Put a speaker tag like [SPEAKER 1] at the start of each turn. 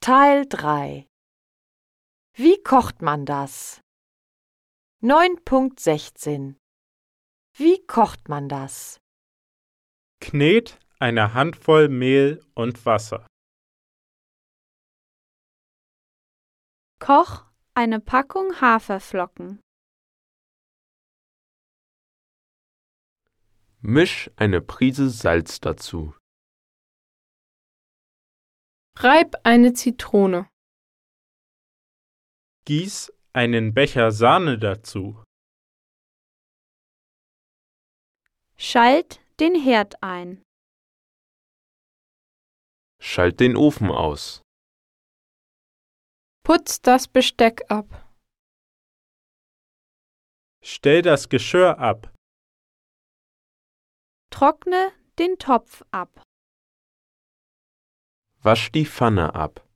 [SPEAKER 1] Teil 3 Wie kocht man das? 9.16 Wie kocht man das?
[SPEAKER 2] Knet eine Handvoll Mehl und Wasser.
[SPEAKER 3] Koch eine Packung Haferflocken.
[SPEAKER 4] Misch eine Prise Salz dazu.
[SPEAKER 5] Reib eine Zitrone.
[SPEAKER 2] Gieß einen Becher Sahne dazu.
[SPEAKER 3] Schalt den Herd ein.
[SPEAKER 4] Schalt den Ofen aus.
[SPEAKER 5] Putz das Besteck ab.
[SPEAKER 2] Stell das Geschirr ab.
[SPEAKER 3] Trockne den Topf ab.
[SPEAKER 4] Wasch die Pfanne ab.